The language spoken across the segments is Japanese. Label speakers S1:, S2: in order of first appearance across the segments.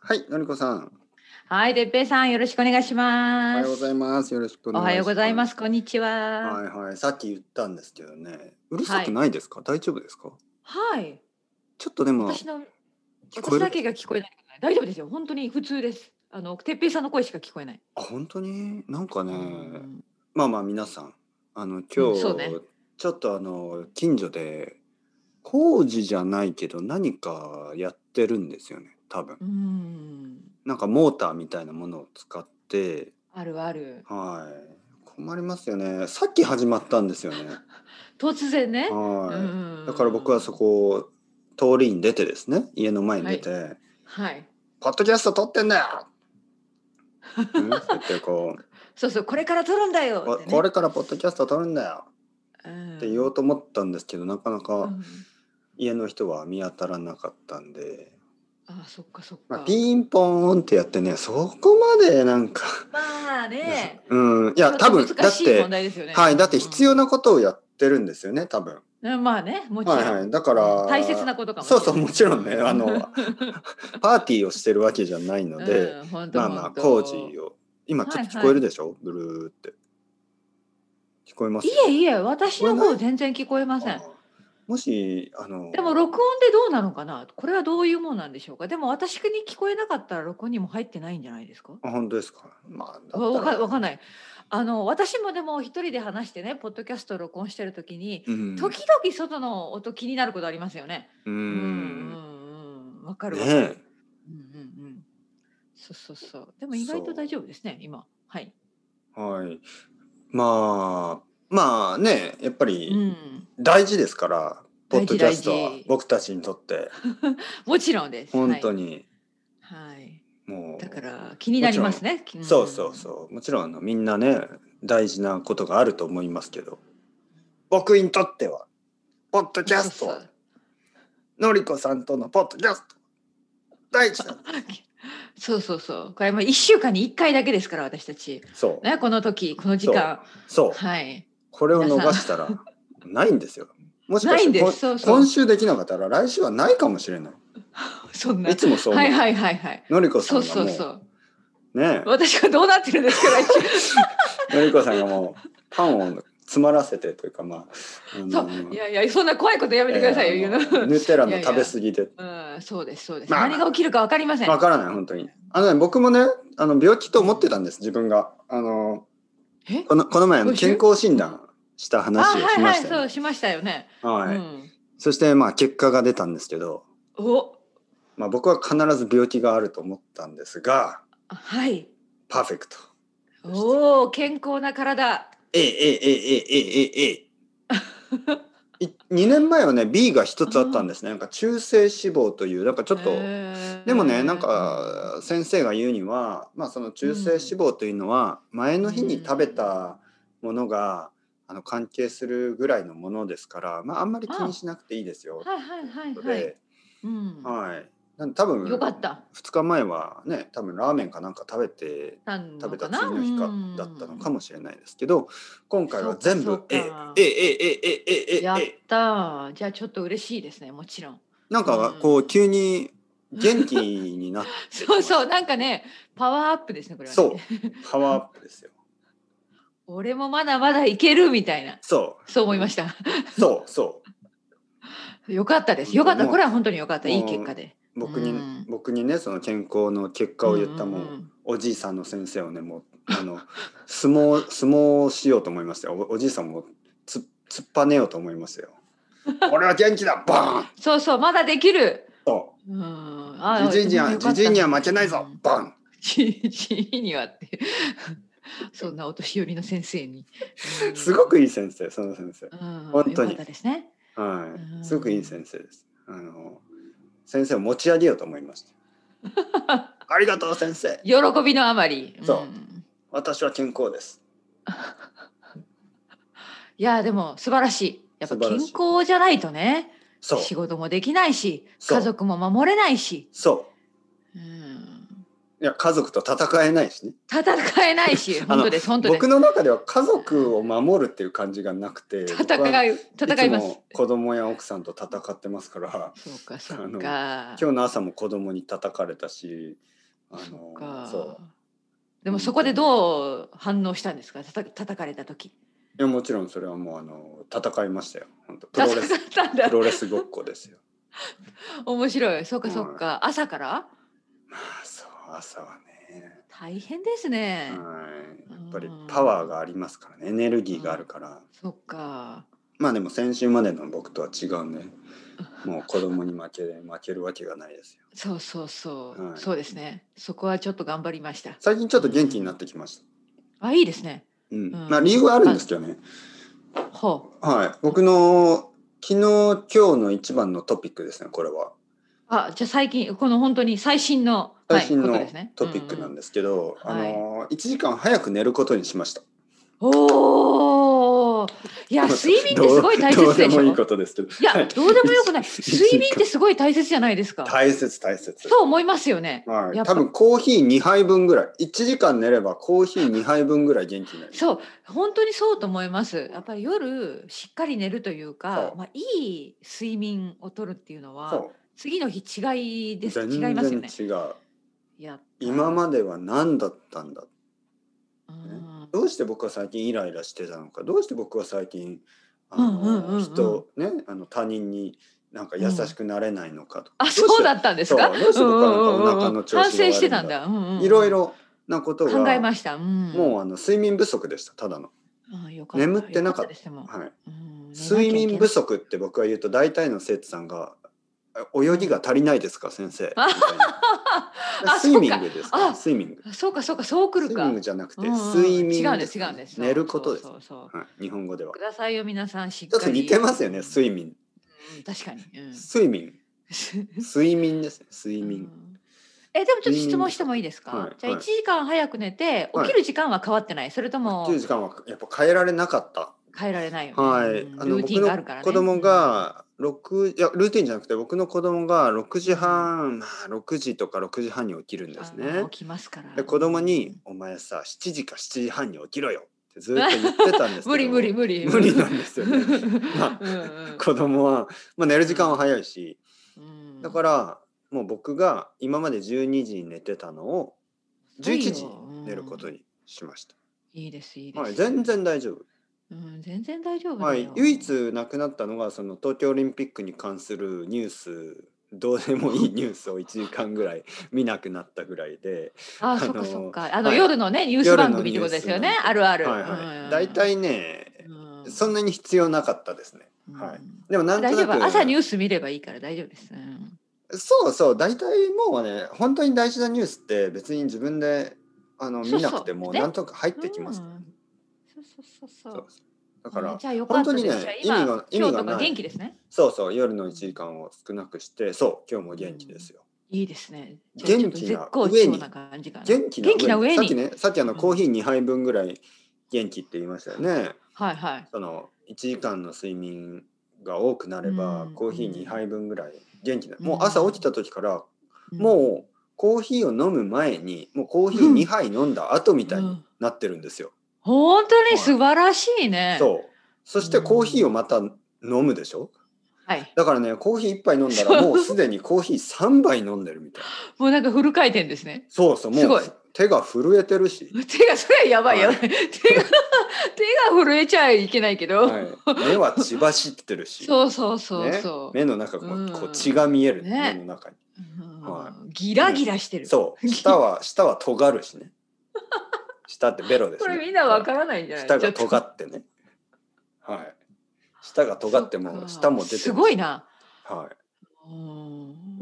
S1: はい、のりこさん。
S2: はい、てっぺいさん、よろしくお願いし
S1: おは
S2: ま
S1: ようござ
S2: す。
S1: います。よろしくお
S2: お
S1: 願いします。
S2: はようございます。こんにち
S1: は
S2: は。
S1: いはい、さっき言ったんですけどね。うるさくないですか、大丈夫ですか
S2: はい、
S1: ちょっとでも、
S2: 私の、
S1: 聞こえ
S2: 私
S1: る
S2: だけが聞こえない。大丈夫ですよ。本当に普通です。あの、てっぺいさんの声しか聞こえない。
S1: あ、本当になんかね、
S2: うん
S1: まあまあ皆さん、あの、今
S2: うん
S1: 日、
S2: そうね
S1: ちょっとあの、近所で、工事じゃないけど何かやってるんですよね、多分
S2: う。ん、
S1: なんかモーターみたいなものを使って、
S2: あるある。
S1: はい。困りますよね。さっき始まったんですよね。
S2: 突然ね。
S1: はい。
S2: うん
S1: だから僕はそ。こを通りに出てですね家の前に出て「
S2: はい。
S1: ポッドキャスト撮ってんだよ! うん」って言ってこう
S2: そうそう、これから撮るんだよ
S1: こ
S2: っ、てね。
S1: これからポッドキャスト撮るんだよ!」
S2: うん
S1: って言おうと思ったんですけどなかな
S2: う
S1: か
S2: ん
S1: 家の人は見当たらなかったんで、
S2: あ、そっかそっ
S1: まあ、
S2: か。
S1: ピンポーンってやってねそこまでなんか、
S2: まあね。
S1: うん、いや多分
S2: ちょっと
S1: だ
S2: 難
S1: っ
S2: しい
S1: て
S2: 問、題ですよね。
S1: はいだって必要なことをやってるんですよね多分。
S2: うん。まあね、もちろん。
S1: はいはい、だから
S2: 大切なことかもしれ
S1: そ
S2: な
S1: う
S2: い
S1: そうもちろんねあ のパーティーをしてるわけじゃないので。
S2: うん、本当
S1: まあまあ
S2: 本当
S1: 工事を今ちょっと聞こえるでしょ、ブルーって聞こえます
S2: いえいえ私の方全然聞こえませ
S1: あ
S2: ん
S1: ーもしあの
S2: でも録音でどうなのかなこれはどういうもんなんでしょうかでも私に聞こえなかったら録音にも入ってないんじゃないですか
S1: あ本当ですかまあ
S2: わわかわかん
S1: ない、
S2: ないあの私もでも一人で話してねポッドキャストを録音してる時に
S1: うん、
S2: 時々外の音気になることありますよね
S1: う
S2: うんうんうんわかる
S1: ね
S2: わか
S1: え
S2: る、うんうんうんそうそうそうでも意外と大丈夫ですね今はい
S1: はいまあまあねやっぱ
S2: う
S1: り
S2: ん
S1: 大事ですから、ポッ
S2: 大
S1: ド
S2: 事
S1: キャストは
S2: 大事
S1: 僕たちにとって
S2: もちろんです
S1: 本当
S2: に
S1: に
S2: はい、はい
S1: もう
S2: だから気になりますね。ん
S1: そうそうそうもちろんあのみんなね大事なことがあると思いますけど僕にとってはポッドキャス
S2: そう
S1: ト
S2: そう
S1: のりこさんとのポッドキャスト大事だ
S2: そうそうそう。これもう一週間に一回だけですから私たち。
S1: そう
S2: ねこの時この時間
S1: そう
S2: はい
S1: これを逃したらないんですよもしか
S2: ないん
S1: して
S2: で
S1: こ
S2: す。そうそう
S1: 今。週できなかったら来週はないかもしれな
S2: そんない
S1: い。つもそう思
S2: は
S1: う、
S2: いはいはいはい。
S1: のりこさ
S2: そ
S1: んがも
S2: うそ
S1: う
S2: うそう。
S1: ね
S2: 私がどうなってるんですか来 週。
S1: のりこさんがもうパンを詰まらせてというかまああの
S2: そういやいやそんな怖いことやめてください
S1: え
S2: よ
S1: ー
S2: 言
S1: あの
S2: うの。
S1: ヌテラ
S2: いや
S1: の
S2: いや
S1: 食べ過ぎで
S2: うんそうですそうです。
S1: まあ
S2: 何が起きるかわかりません。
S1: わからない本当にあのね僕もねあの病気と思ってたんです自分があの
S2: え
S1: このこの前あの
S2: 今週
S1: 健康診断した
S2: あ
S1: 話を
S2: は
S1: し
S2: い
S1: ま
S2: は
S1: し
S2: い
S1: たよね
S2: そうしましたよね。
S1: はい、
S2: うん
S1: そしてまあ結果が出たんですけど、
S2: お
S1: まあ、僕は必ず病気があると思ったんですが
S2: はい。
S1: パーフェクト
S2: おお健康な体。
S1: ええええええええ ええい2年前はね B が一つあったんですねなんか中性脂肪というなんかちょっと、
S2: へー
S1: でもねなんか先生が言うには、まあ、その中性脂肪というのは前の日に食べたものが、あの関係するぐらいのものですから、まあ、あんまり気にしなくていいですよ
S2: はいはいはい
S1: ということ
S2: はい
S1: で、。
S2: うん。
S1: はい、なんで多分
S2: よかった。
S1: 2日前はね多分ラーメンかなんか食べて
S2: なの
S1: 食べた
S2: かな
S1: 次の日かだったのかもしれないですけど今回は全
S2: そう
S1: 部
S2: か
S1: え
S2: そうか
S1: えええええええ
S2: やっ
S1: え
S2: たー。じゃあちょっと嬉しいですね。もちろん。
S1: なんかこう急に元気になってきまし
S2: そ
S1: た
S2: うそうなんかねパワーアップですねこれは、ね。
S1: そう。パワーアップですよ
S2: 俺もまだまだいけるみたいな。
S1: そう
S2: そう思いました。
S1: そうそ
S2: よかったです。よかっ
S1: も
S2: た。
S1: う
S2: これは本当によかった。
S1: もう
S2: いい結果で。
S1: う僕に、
S2: うん
S1: 僕にねその健康の結果を言ったもう,、
S2: んんん
S1: おじいさんの先生をねもうあの 相撲相撲をしようと思いましたよおおじいさんもつ突っぱねようと思いました よ俺は元気だバーン
S2: そうそうまだできる。
S1: と
S2: うん。あ
S1: ジジイには
S2: よか
S1: ジ
S2: った
S1: ジイには負けないぞ
S2: うん
S1: バン
S2: じじいに はって。そんなお年寄りの先生に。うん
S1: すごくいい先生その先生
S2: うん
S1: 本当に
S2: よかったですね。
S1: は
S2: うん
S1: いすごくいい先生ですあの先生を持ち上げようと思いました ありがとう先生
S2: 喜びのあまり。
S1: そうん私は健康です
S2: いやでも素晴らしい。やっぱ
S1: 素晴
S2: 健
S1: らしい
S2: 康じゃないとね、
S1: そう
S2: 仕事もできないし、
S1: そう
S2: 家族も守れないし、
S1: そう
S2: うん、
S1: いや家族と戦えないしね
S2: 戦えないし、
S1: あの
S2: 本当です本当で
S1: 僕
S2: す。
S1: の中では家族を守るっていう感じがなくて僕は
S2: 戦い戦います
S1: つも。子供や奥さんと戦ってますから
S2: そうかそうか。
S1: 今日の朝も子供に叩かれたしあの
S2: か
S1: そう
S2: でもそこでどう反応したんですかたた叩かれた時
S1: いやもちろんそれはもうあの戦いましたよ本当プロレ
S2: 叩か
S1: ス
S2: れたん
S1: プ
S2: だ
S1: ロレスごっこですよ
S2: 面白いそうかそうか朝から
S1: まあそう朝はね
S2: 大変ですね、
S1: はいやっぱりパワーがありますからねエネルギーがあるから
S2: そっか
S1: まあでも先週までの僕とは違う ねもう子供に負けで負けるわけがないですよ
S2: そうそうそう、
S1: はい
S2: そうですねそこはちょっと頑張りました
S1: 最近ちょっと元気になってきました
S2: あいいですね
S1: うん、
S2: ん
S1: まあ理由はあるんですけどね
S2: ほう
S1: はい僕の昨日今日の一番のトピックですねこれは
S2: あじゃあ最近この本当に最新の
S1: 最新
S2: はい
S1: の
S2: ことですね
S1: トピックなん
S2: で、
S1: ですけど、
S2: うんうん
S1: あの1時間早く寝ることにしました
S2: うんうんおー いや睡眠ってすごい大
S1: どうどう
S2: 切で
S1: で
S2: しょ
S1: もいいことですけ ど
S2: いや、どうでも よくない。睡眠って
S1: す
S2: すごい大切じゃないですか。
S1: 大切大切
S2: そう思いますよね。
S1: はい
S2: やっぱ
S1: 多分コーヒー2杯分ぐらい1時間寝ればコーヒー2杯分ぐらい元気になる
S2: そう、本当にそうと思います。やっぱり夜しっかり寝るというか
S1: そ、う
S2: まあいい睡眠をとるっていうのは
S1: そ
S2: 次の日違いうです。
S1: 全
S2: 違
S1: 然
S2: いますよね。
S1: 違う
S2: やっぱ
S1: 今までは何だったんだ
S2: うん
S1: どうして僕は最近イライラしてたのかどうして僕は最近あの、
S2: うんうんうんうん
S1: 人ねあの他人になんか優しくなれないのかとか、
S2: あ、そうだったんですか。
S1: そうどうして僕はなんかお腹の調子が悪い
S2: 反
S1: んだ
S2: 省してたんだ。うんうんうん
S1: いろいろなことが
S2: 考えました。うん。
S1: もうあの睡眠不足でしたただの、
S2: あよかった
S1: 眠ってなかった
S2: よですでも
S1: はい、
S2: うん寝なきゃいけない
S1: 睡眠不足って僕が言うと大体の生徒さんが「え泳ぎが足りないですか先生」みたいな
S2: あ
S1: スイミングです
S2: そう
S1: か
S2: かあ
S1: スイミング
S2: そうかそうかそう
S1: ス
S2: く
S1: イ
S2: る
S1: ミ
S2: か
S1: ング。じゃなくて
S2: うんうん
S1: 睡眠
S2: 違うんで
S1: です
S2: す違うんです
S1: 寝ることです
S2: そうそうそうそう
S1: はい、日本語では
S2: くださいよ皆さんしっ
S1: ちょ
S2: か
S1: っ
S2: り
S1: と似てますよね睡眠
S2: うん確かに、うん、
S1: 睡眠睡眠ですね睡
S2: う
S1: 眠
S2: んえでもちょっと質問してもいいですか、
S1: はい
S2: じゃあ
S1: はい
S2: 1時間早く寝て、
S1: はい
S2: 起きる時間は変わってないそれとも
S1: っていう時間はやっぱ変えられなかった
S2: 変えられないよね、
S1: はい、
S2: うん
S1: あの
S2: ルー
S1: 僕
S2: ティンがあるから
S1: の子
S2: ね
S1: 供、が六いやルーティンじゃなくて僕の子供が6時半、まあ、6時とか6時半に起きるん
S2: うん
S1: です
S2: あ
S1: ね
S2: の起きますから
S1: で子供に「お前さ7時か7時半に起きろよ」ってずっと言ってたんですけど
S2: 無理無理無理
S1: 無理なんですよ ねまあ
S2: うんうん
S1: 子供はまあ、寝る時間は早いし
S2: うん
S1: だからもう僕が今まで12時に寝てたのを11時に寝ることにしました、
S2: いいですいいです、
S1: はい、全、然大丈夫
S2: うん、全然大丈夫だよ
S1: はい、唯一なくなったのがその東京オリンピックに関するニュースどうでもいいニュースを1時間ぐらい見なくなったぐらいで、
S2: あ
S1: の
S2: そっかそっかあの、
S1: はい
S2: 夜のねニュース番組ってことですよね
S1: 夜のニュース
S2: あるあ
S1: はい
S2: る、
S1: はい、大体ね、
S2: うん
S1: そんなに必要なかったですね。はいでもなんと
S2: 大丈
S1: な
S2: 夫
S1: く
S2: 朝ニュース見ればいいから大丈夫です、うん
S1: そうそう大体もうね本当に大事なニュースって別に自分であの
S2: そうそう
S1: 見なくても
S2: ね
S1: なんとか入ってきますからね、
S2: そうそうそう
S1: そ
S2: そうう
S1: だから、
S2: うんじゃあよかったです
S1: 本当にね
S2: じゃあ今
S1: 意味が意味が
S2: 今日と
S1: な
S2: か
S1: い
S2: 元気ですね
S1: そうそう夜の1時間を少なくしてそう今日も元気ですよ。
S2: いいですねじゃあ
S1: 元気な
S2: ちょっと絶好調な感じかな
S1: 元気な
S2: 元気な上に
S1: さっきねさっきあの
S2: うん
S1: コーヒー2杯分ぐらい元気って言いましたよね、
S2: はいはい
S1: その1時間の睡眠が多くなれば、
S2: うん
S1: コーヒー2杯分ぐらい元気な、
S2: うん
S1: もう朝起きた時から、
S2: うん
S1: もうコーヒーを飲む前にもうコーヒー2杯飲んだ後みたいになってるんですよ、
S2: 本当に素晴らしいね、
S1: そうそしてコーヒーをまた飲むでしょ
S2: はい
S1: だからねコーヒー1杯飲んだら
S2: そう
S1: もうすでにコーヒー3杯飲んでるみたいな
S2: もうなんかフル回転ですね
S1: そうそうも
S2: すごいう
S1: 手が震えてるし、
S2: 手がそれはやばいやばい、
S1: は
S2: 手が手が震えちゃいけないけど、
S1: はい、目は血走ってるし
S2: そうそうそうそう、
S1: ね、目の中こう,、
S2: うん
S1: こう血が見える、目
S2: ね
S1: の中に
S2: うん
S1: は
S2: ギラギラしてる、
S1: そう舌 は舌は尖るしね舌ってベロです
S2: こ
S1: ね
S2: れみんなわからないんじゃない
S1: 舌が
S2: ちょっ
S1: 尖ってねはい舌が尖って
S2: そ
S1: も
S2: か
S1: う舌も出てる
S2: すごいな
S1: は
S2: うん
S1: い、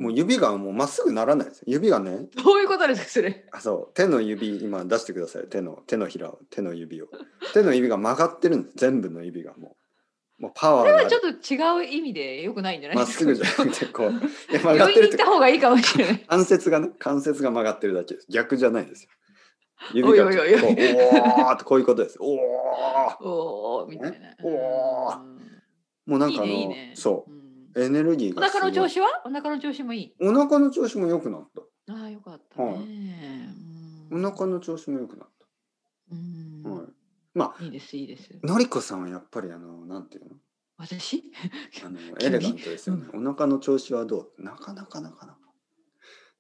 S1: もう指がもうまっすぐならないです指がね
S2: どういうことですかそれ
S1: あそう手の指今出してください手の手のひらを手の指を手の指が曲がってるんです全部の指がもうもうパワ
S2: これ
S1: ー
S2: は
S1: が
S2: ちょっと違う意味でよくないんじゃない
S1: ま
S2: で
S1: っ
S2: す
S1: す
S2: か
S1: ぐじゃ なくてこういや曲がっ
S2: 病
S1: て
S2: 院
S1: るっ
S2: 行ってた方がいいかもしれない
S1: 関節がね関節が曲がってるだけです逆じゃないですよ指
S2: おい
S1: が
S2: おい
S1: こ
S2: おいおいう
S1: おーってこういうことですおー
S2: おおみたいな
S1: おー
S2: うん
S1: もうなんかあの
S2: いいねいいね
S1: そう
S2: うん
S1: エネルギー
S2: お
S1: が
S2: 腹の調
S1: 子
S2: 子はお腹の調子もいい
S1: お腹の調子も良くなった
S2: ああよかった
S1: はい
S2: ね、
S1: お
S2: うん
S1: 腹の調子も良くなっ
S2: うん
S1: た、はい、
S2: いいですいいです
S1: のりこさんはやっぱりあのなんていうの
S2: 私
S1: あのエレガントですよねお腹の調子はどうなかなかなかなか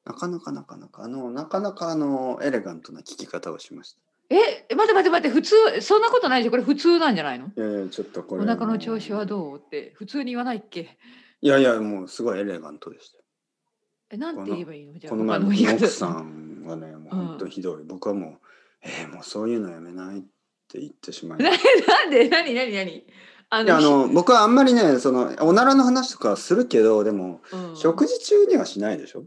S1: なかなかなかなかあのなかなかあのエレガントな聞き方をしました。
S2: え、待って待って待って、普通、そんなことないでしょ、これ普通なんじゃないの。
S1: いやいやちょっとこ
S2: お
S1: れ
S2: 腹の調子は
S1: う
S2: どうって、普通に言わないっけ。
S1: いやいやもうすごいエレガントでしたよ。
S2: え、なんて言えばいいの、じゃあ、
S1: この前
S2: 他の
S1: 僕
S2: 言い
S1: の奥
S2: 方
S1: さんがねもう本当ひどい、僕はもう「えーもうそういうのやめない」って言ってしまいま
S2: な
S1: し
S2: なんで、なになになに。あ
S1: たいやあ
S2: の、
S1: の僕はあんまりねそのおならの話とかはするけどでも
S2: うん
S1: 食事中にはしないでしょ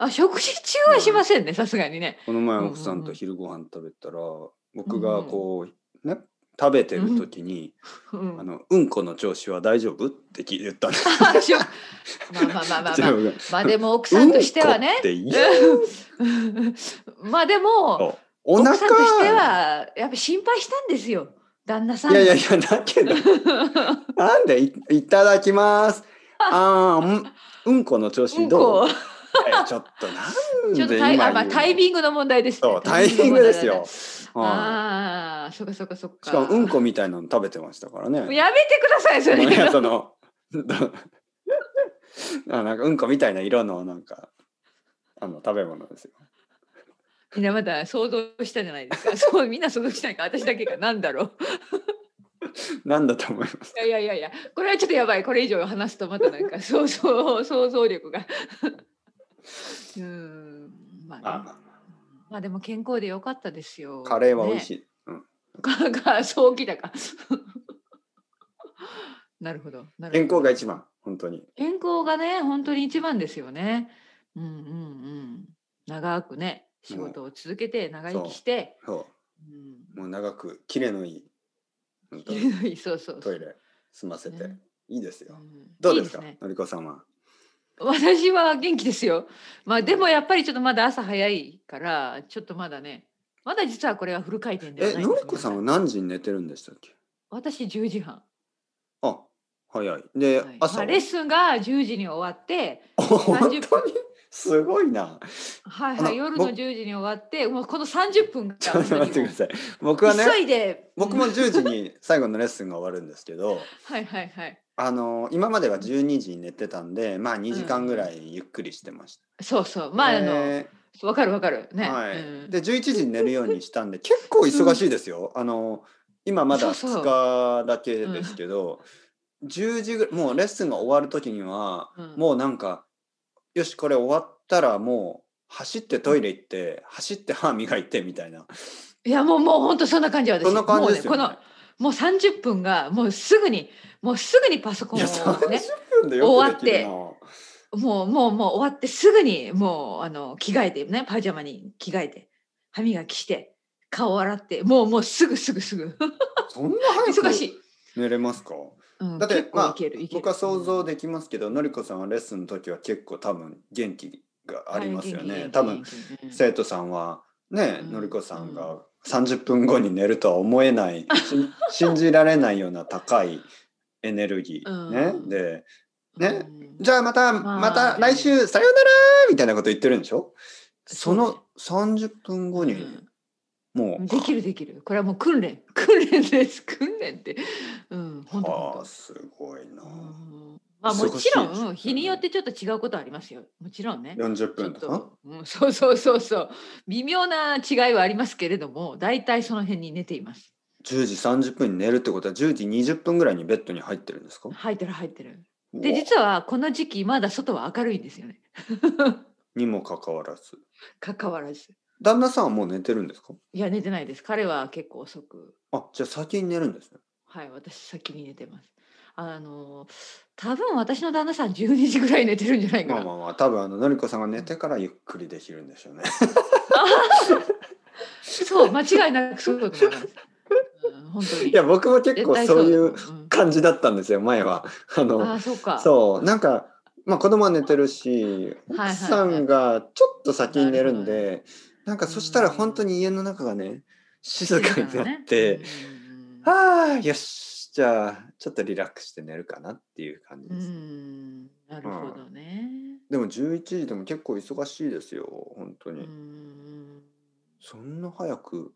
S2: あ、食事中はしませんね、さすがにね。
S1: この前
S2: うんうんうん
S1: 奥さんと昼ご飯食べたら僕がこうね食べてる時に
S2: う
S1: 「あ
S2: ん。
S1: のうんこの調子は大丈夫?」って聞いて言ったんです
S2: しょまあまあまあまあま
S1: 自
S2: あ。
S1: 分が
S2: まあ、でも、奥さんとしては
S1: うんこ
S2: ね
S1: っ。て言う
S2: まあ、でも。
S1: とお
S2: 奥
S1: 腹
S2: さんとしては、やっぱ心配したんですよ。旦那さん
S1: い
S2: の。
S1: やい やいやだけどなんでいいただき ますあーうんうんこの調
S2: う
S1: 子
S2: ん
S1: どう、
S2: こ
S1: えちょっとなん
S2: ちょっと
S1: で今
S2: タイ,、
S1: 言う
S2: あまあ、タイミングの問題です、ね。
S1: そうタイミングですよ、は
S2: ああー、そっかそっかそっ
S1: い、し
S2: か。
S1: かもうんこみたいなの食べてましたからね
S2: やめてください、そ
S1: い や
S2: れ。
S1: そのあなんかうんこみたいな色のなんかあの食べ物ですよ。
S2: みんなまだ想像したじゃないですか。そう、みんな想像したいから、私だけがなんだろう。
S1: なんだと思います。
S2: いやいやいやいや、これはちょっとやばい。これ以上話すとまたな んか、想像、想像力が。 うーん、まあ、ね、
S1: あ
S2: まあでも健康でよかったですよ。
S1: カレーは美味し
S2: い。
S1: い。うん、
S2: か、 か、そうきたか。なるほど。なるほど
S1: 健康が一番本当に。
S2: 健康がね本当に一番ですよね。うんうんうん。長くね仕事を続けて長生きして。
S1: そ
S2: うん
S1: うもう長く綺麗のいい本当 に
S2: いいそうそう
S1: ト
S2: そう。
S1: イレ済ませて、
S2: ね
S1: いいですよ。
S2: ん
S1: どうですか
S2: いいね
S1: のりこさんは。
S2: 私は元気ですよ。まあでもやっぱりちょっとまだ朝早いからちょっとまだね。まだ実はこれはフル回転では
S1: え
S2: ないんです
S1: のりこさんは何時に寝てるんでしたっけ？
S2: 私10時半。
S1: あ早い。で、
S2: はい
S1: 朝
S2: ま
S1: は。
S2: あレッスンが10時に終わって、
S1: 本当に
S2: 30分
S1: すごいな。
S2: はい
S1: あ
S2: は
S1: の
S2: い、夜の
S1: 僕
S2: 10時に終わって、もうこの30分が
S1: ちょっと待ってください。僕はね。
S2: 急いで。
S1: 僕も
S2: うん
S1: 10時に最後のレッスンが終わるんですけ ど
S2: はいはいはい。
S1: あの今までは12時に寝てたんでまあ2時間ぐらいゆっくりしてました。
S2: そうそう。まああの。
S1: え
S2: わかるわかる
S1: ー
S2: ね。
S1: はい
S2: うん
S1: で11時に寝るようにしたんで結構忙しいですよ。あの今まだ
S2: そうそう
S1: 2日だけですけど、10時ぐらいもうレッスンが終わる時には、
S2: うん
S1: もうなんかよしこれ終わったらもう走ってトイレ行って走って歯磨いてみたいな。
S2: いやもうもう本当そんな感じ私。
S1: そんな感じですよね
S2: もうねこのもう三十分がもうすぐにもうすぐにパソコン
S1: い
S2: を
S1: や30
S2: ね
S1: 分でよくできるな。
S2: もうもうもう終わってすぐにもうあの着替えてねパジャマに着替えて歯磨きして顔洗ってもうもうすぐすぐすぐ
S1: そんな早く
S2: 忙しい。
S1: 寝れますか
S2: うん
S1: だって
S2: 結構いける、いける
S1: 僕は想像できますけど、のりこさんはレッスンの時は結構多分元気がありますよね。多分生徒さんはね、
S2: うん
S1: のりこさんが30分後に寝るとは思え ない、し信じられないような高いエネルギー、
S2: うん
S1: ね。で、ね
S2: ね
S1: じゃあまた、
S2: まあ
S1: また来週さようならみたいなこと言ってるんでしょその30分後に、もう、
S2: できるできるこれはもう訓練 訓練です訓練ってうん本当
S1: あ
S2: 本
S1: あ、すごいな
S2: 当。うんまあもちろ
S1: 忙しいですよ
S2: ん
S1: ね
S2: 日によってちょっと違うことはありますよもちろんね
S1: 40
S2: ちょ
S1: 分
S2: っ
S1: とか
S2: と、うん、 そうそうそうそう微妙な違いはありますけれども大体その辺に寝ています
S1: 10時30分に寝るってことは10時20分ぐらいにベッドに入ってるんですか
S2: 入ってる入ってる
S1: う
S2: で
S1: わ
S2: 実はこの時期まだ外は明るいんですよね
S1: にもかかわらず
S2: かかわらず
S1: 旦那さんはもう寝てるんですか
S2: いや寝てないです彼は結構遅く
S1: あじゃあ先に寝るんですね
S2: はい、私先に寝てます。あの多分私の旦那さん12時ぐらい寝てるんじゃないか
S1: ま
S2: な。
S1: あまあまあ多分あののりこさんが寝てからゆっくりできるんでし ょうね
S2: そう間違いなくそうだと思います。うん、本当に。
S1: いや僕も結構そういう
S2: 絶対そうだ
S1: 感じだったんですよ前はあ
S2: と思う。うんあ
S1: の
S2: あそうか。
S1: そうなんかまあ子供は寝てるし
S2: はいはいはい
S1: 奥さんがちょっと先に寝るんで、なんかそしたら本当に家の中がね静かになって、
S2: うん
S1: ああ、よし、じゃあ、ちょっとリラックスして寝るかなっていう感じ
S2: う
S1: です。
S2: ん、なるほどね。
S1: でも11時でも結構忙しいですよ、本当
S2: う
S1: に。
S2: ん。
S1: そんな早く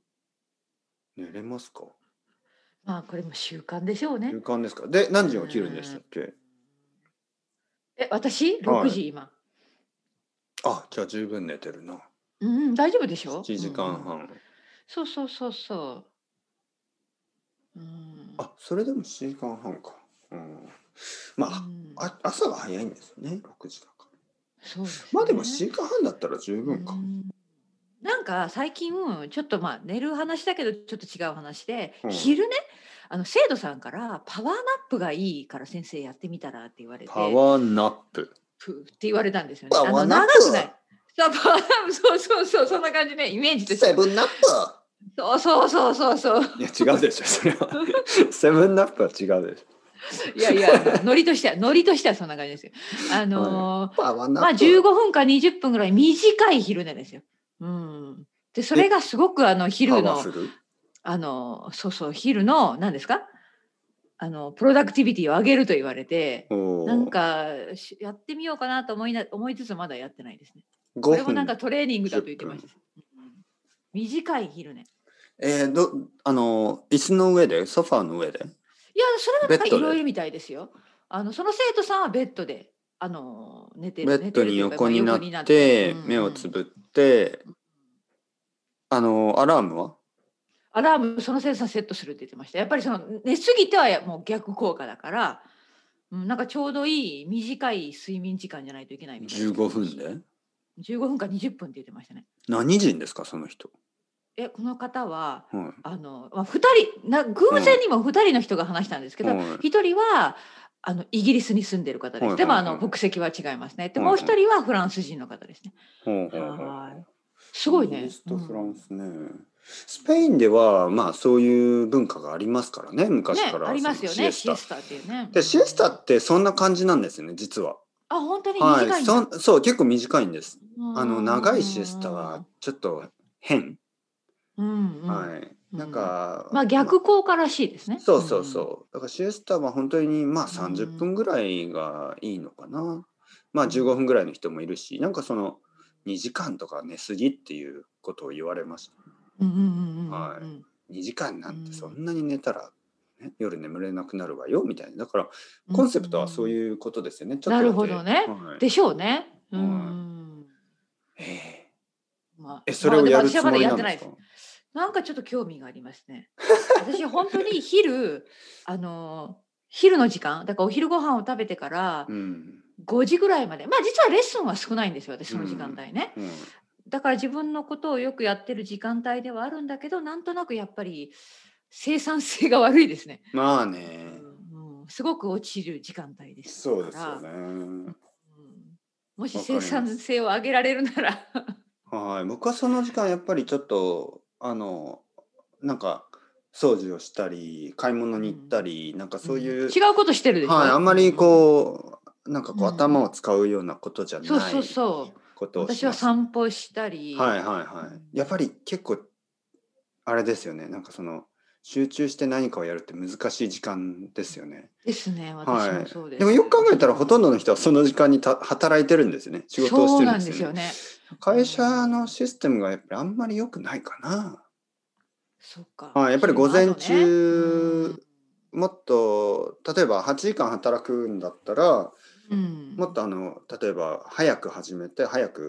S1: 寝れますか
S2: まあこれも習慣でしょうね
S1: 習。慣ですかで、何時に起きるんでしたっけ
S2: え私6時今。
S1: ああじゃあ十分寝てるな
S2: うん、大丈夫でしょ
S1: 7時間
S2: うんうん
S1: 半、
S2: そうそうそうそう。うん、
S1: あそれでも7時間半か、うん、まあ
S2: うん
S1: あ朝が早いんですね6時だから
S2: そうすね
S1: まあでも7時間半だったら十分か、
S2: うんなんか最近ちょっとまあ寝る話だけどちょっと違う話で、
S1: うん
S2: 昼ねあの生徒さんからパワーナップがいいから先生やってみたらって言われて
S1: ーナップ
S2: プって言われたんですよね。
S1: パワ
S2: あの
S1: ーナップ
S2: 長くないそう パワーナップそうそうそうそんな感じねイメージとして
S1: セブンナップ
S2: そうそうそうそうそう
S1: いや違うでしょそれは セブンナップは違うでしょ
S2: いやいやあのノリとしてはノリとしてはそんな感じですよ。あのー
S1: パワーナップ
S2: まあ15分か20分ぐらい短い昼寝ですよ。うん、でそれがすごくあの昼
S1: パ
S2: の
S1: ワフル
S2: あのそうそう昼の何ですかあのプロダクティビティを上げると言われて
S1: おー
S2: なんかしやってみようかなと思いな思いつつまだやってないですね。
S1: 5
S2: こ
S1: 分
S2: れもなんかトレーニングだと言ってました。うん短い昼寝。い
S1: えー、どあの椅子の上でソファーの上で
S2: やそれはなん
S1: ベ
S2: か
S1: ッ
S2: い
S1: ドで
S2: ろいろみたいですよ。あのその生徒さんはベッドであの寝てる
S1: ベッドに横になっ
S2: 寝
S1: て
S2: るというかまあ横にな
S1: 目を
S2: う
S1: つ
S2: んうん
S1: ぶって、あのアラームは
S2: アラームその生徒さんセットするって言ってました。やっぱりその寝すぎてはもう逆効果だから、うん、なんかちょうどいい短い睡眠時間じゃないといけないみたいです
S1: 15分で
S2: 15分か20分って言ってましたね。
S1: 何人ですかその人、
S2: えこの方は
S1: は
S2: あの、まあ、2人な偶然にも2人の人が話したんです
S1: い
S2: けど、
S1: はい
S2: 一1人はあのイギリスに住んでる方
S1: は
S2: です。
S1: いはいはい
S2: でもあの国籍は違いますね。で
S1: はいは
S2: もう
S1: い
S2: 1人はフランス人の方ですね。
S1: ほうほうほう
S2: はいすごい
S1: イギ
S2: ね
S1: リス。とフラ
S2: うん
S1: ンスね、スペインではまあそういう文化がありますからね昔
S2: ね
S1: か、ら、
S2: ありますよ
S1: その
S2: ね。
S1: シ
S2: シ
S1: エ
S2: エ
S1: ス
S2: ス
S1: タ
S2: タっていうね。
S1: でシエスタ
S2: うん
S1: ってそんな感じなんですよね実は、
S2: あ本当に短いんだ
S1: はい、そんそう結構短いんですあの長いシエスタ
S2: う
S1: は
S2: ん
S1: ちょっと変、
S2: うんうん、
S1: はいなんか、
S2: まあ逆効果らしいですね。
S1: そうそうそう。だからシエスタは本当にまあ30分ぐらいがいいのかな。まあ15分ぐらいの人もいるし、なんかその2時間とか寝すぎっていうことを言われました。
S2: うん。うんうんうんうんうん
S1: は2時間なん
S2: う
S1: て
S2: ん
S1: そんなに寝たら、ね、夜眠れなくなるわよみたいな。だからコンセプトはそう
S2: う
S1: いうことですよね。ち
S2: なるほどね
S1: は
S2: ん。
S1: い
S2: でしょうね。う
S1: はい
S2: ん。
S1: え
S2: まあ
S1: ーえそれをやる
S2: まあでも私
S1: つも
S2: はまだ
S1: り
S2: や
S1: な
S2: っ
S1: ん
S2: てな
S1: で
S2: い
S1: す
S2: です
S1: か。
S2: なんかちょっと興味がありますね。私本当に昼あの昼の時間だからお昼ご飯を食べてから
S1: うん。
S2: 5時ぐらいまでまあ実はレッスンは少ないんですよ私その時間帯ね。
S1: うん
S2: だから自分のことをよくやってる時間帯ではあるんだけどなんとなくやっぱり生産性が悪いですね。
S1: まあね。
S2: うん、すごく落ちる時間帯です
S1: そうですよ
S2: だか
S1: ね
S2: ら。うんもし
S1: わかり
S2: 生
S1: ます
S2: 産性を上げられるなら
S1: はい、僕はその時間やっぱりちょっとあのなんか掃除をしたり買い物に行ったり、なんかそういう、
S2: ん 違うことしてるでしょ、
S1: はい、あんまり
S2: う
S1: こうなんかこう、
S2: うん
S1: 頭を使うようなことじゃない
S2: そうそうそう
S1: ことを
S2: 私
S1: し
S2: は
S1: ます
S2: 散歩したり、
S1: はいはいはいやっぱり結構あれですよねなんかその集中して何かをやるって難しい時間ですよね
S2: ですね
S1: はい
S2: 私もそうです、
S1: でもよく考えたらほとんどの人はその時間にた働いてるんですよね仕事をしてるんですよね会社のシステムがやっぱりあんまり良くないかな
S2: そうか
S1: はいやっぱり午前中
S2: 昼の後ね
S1: もっと例えば8時間働くんだったら
S2: うんうん
S1: もっとあの例えば早く始めて早
S2: うんう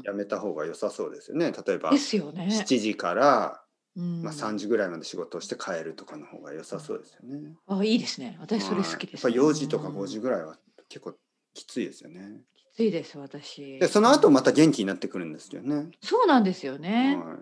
S1: く
S2: うん
S1: やめた方が良さそうですよね例えば
S2: ですよね、
S1: 7時から、
S2: うん
S1: まあ、3時ぐらいまで仕事をして帰るとかの方が良さそうですよね。
S2: あいいですね私それ好きです、
S1: はいやっぱ4時とか5時
S2: うん
S1: ぐらいは結構きついですよね。
S2: きついです私
S1: でその後また元気になってくるんですよね。
S2: そうなんですよね、
S1: はい